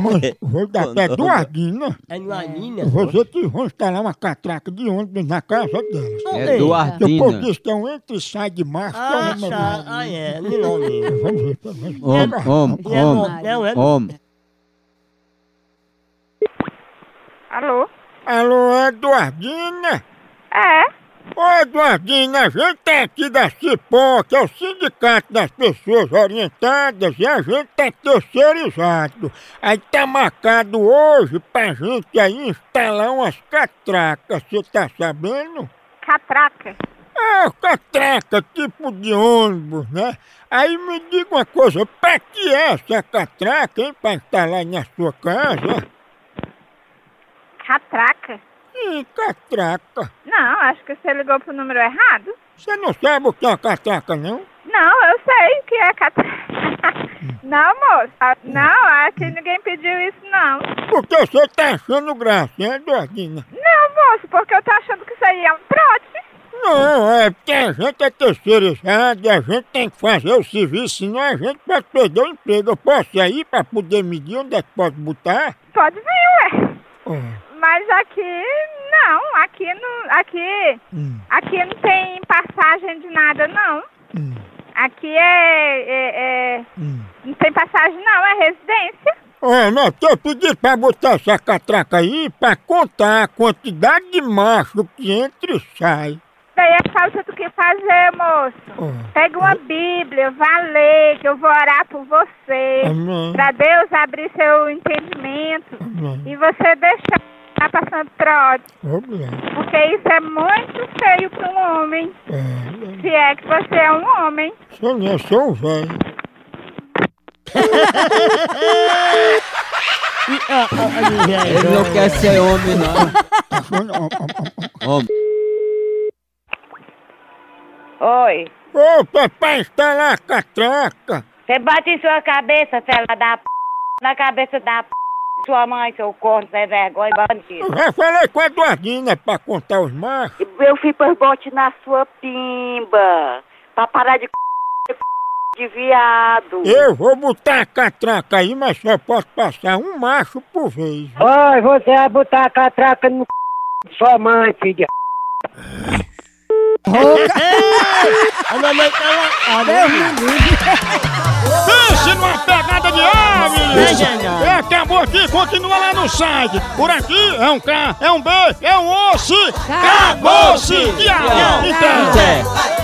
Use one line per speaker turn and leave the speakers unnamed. mamãe, vou dar até duas guinas.
É Nuanina?
Vocês que vão instalar uma catraca de ônibus na casa delas. O
É
povo
Eduardina.
diz que é um entre e sai de marca.
Ah,
né,
tá. Ah, é. Nilone.
mamãe? Vamos ver, tá pelo menos.
Om, om, om,
Não, é.
om.
Alô?
Alô, Eduardina?
É?
Ô, Eduardina, a gente tá aqui da Cipó, que é o Sindicato das Pessoas Orientadas, e a gente tá terceirizado. Aí tá marcado hoje pra gente aí instalar umas catracas, você tá sabendo?
Catraca.
É, catraca, tipo de ônibus, né? Aí me diga uma coisa, pra que é essa catraca, hein, pra instalar na sua casa?
Catraca?
Ih, catraca.
Não, acho que você ligou pro número errado.
Você não sabe o que é uma catraca, não?
Não, eu sei o que é catraca. Não, moço. Ah, Não, acho que ninguém pediu isso, não.
Porque você tá achando graça, hein, Eduardina?
Não, moço, porque eu tô achando que isso aí é um trote.
Não, é porque a gente é terceirizado, a gente tem que fazer o serviço, senão a gente pode perder o emprego. Eu posso ir aí pra poder medir onde é que pode botar?
Pode vir, ué.
Ah,
Mas aqui, não. Aqui não, aqui,
hum,
aqui não tem passagem de nada, não.
hum,
Aqui é- é- é
hum.
não tem passagem, não. É residência.
Ó, mas eu pedi pra botar essa catraca aí pra contar a quantidade de macho que entra e sai.
Daí é fala o que fazer, moço.
Ó,
Pega uma Bíblia, vá ler, que eu vou orar por você.
Amém.
Pra Deus abrir seu entendimento
Amém.
e você deixar tá passando trote.
Obrigado.
Porque isso é muito feio para um homem.
É,
Se é que você é um homem.
sou não, sou um velho.
Ele não quer ser homem, não. Homem.
Oi,
Ô, papai, instalar a catraca.
você bate em sua cabeça, fela da p... Na cabeça da p... Sua mãe, seu corno, sem vergonha, bandido.
Eu já falei com a Eduardina pra contar os machos.
Eu fui pôr bote na sua pimba. Pra parar de c... de c... de viado.
Eu vou botar a catraca aí, mas só posso passar um macho por vez.
Oi, você vai botar a catraca no c... de sua mãe, filha.
A mamãe tá lá.
Pense numa pegada de homem!
Legal.
É, acabou aqui, continua lá no site. Por aqui é um K, é um B, é um osso. Acabou-se! Tchau! Então.
É.
Vai,